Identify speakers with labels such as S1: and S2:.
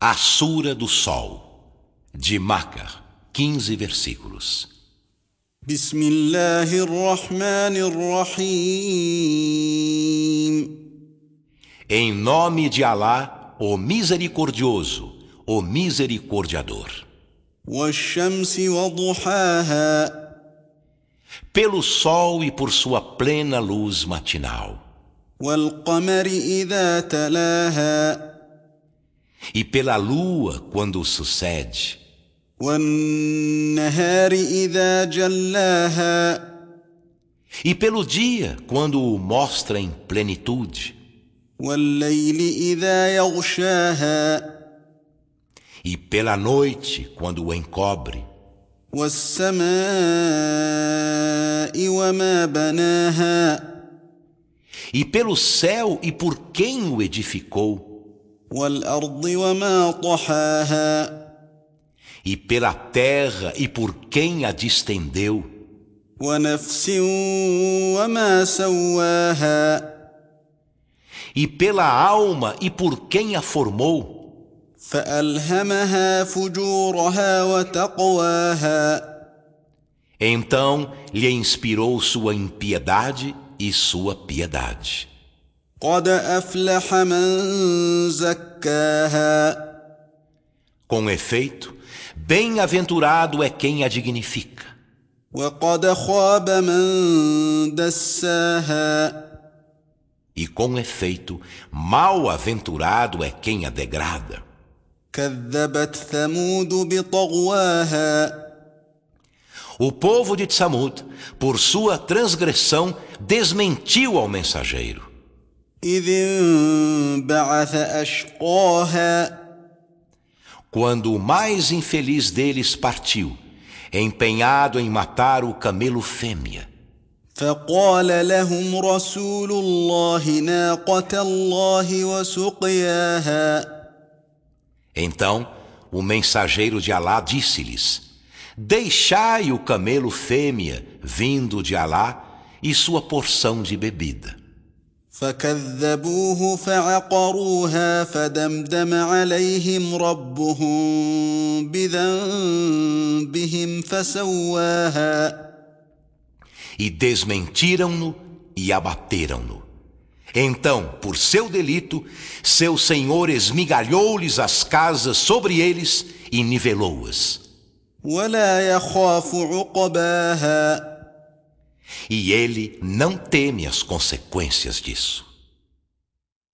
S1: A Sura do Sol, de Macar, 15 versículos.
S2: بسم الله الرحمن الرحيم
S1: Em nome de Alá, o Misericordioso, o Misericordiador.
S2: والشمس وضحاها
S1: Pelo sol e por sua plena luz matinal,
S2: والقمر إذا تلاها
S1: e pela lua quando o sucede,
S2: والنهار إذا جلاها
S1: e pelo dia quando o mostra em plenitude,
S2: والليل إذا يغشاها
S1: e pela noite quando o encobre,
S2: والسماء وما بناها
S1: e pelo céu e por quem o edificou,
S2: والأرض وما طحاها
S1: e pela terra e por quem a distendeu,
S2: ونفس وما سواها
S1: e pela alma e por quem a formou,
S2: فألهمها فجورها وتقواها
S1: então lhe inspirou sua impiedade e sua piedade.
S2: قد أفلح من زكاها
S1: Com efeito, bem-aventurado é quem a dignifica,
S2: وقد خاب من دساها
S1: e com efeito, mal-aventurado é quem a degrada.
S2: كذبت ثمود بطغواها
S1: O povo de Tsamud, por sua transgressão, desmentiu ao mensageiro,
S2: إذ انبعث أشقاها
S1: quando o mais infeliz deles partiu, empenhado em matar o camelo fêmea.
S2: فقال لهم رسول الله ناقة الله وسقياها
S1: Então o mensageiro de Alá disse-lhes: Deixai o camelo fêmea vindo de Alá e sua porção de bebida.
S2: فكذبوه فعقروها فدمدم عليهم ربهم بذنبهم فسواها
S1: E desmentiram-no e abateram-no. Então, por seu delito, seu senhor esmigalhou-lhes as casas sobre eles e nivelou-as.
S2: ولا يخاف عقباها
S1: E ele não teme as consequências disso.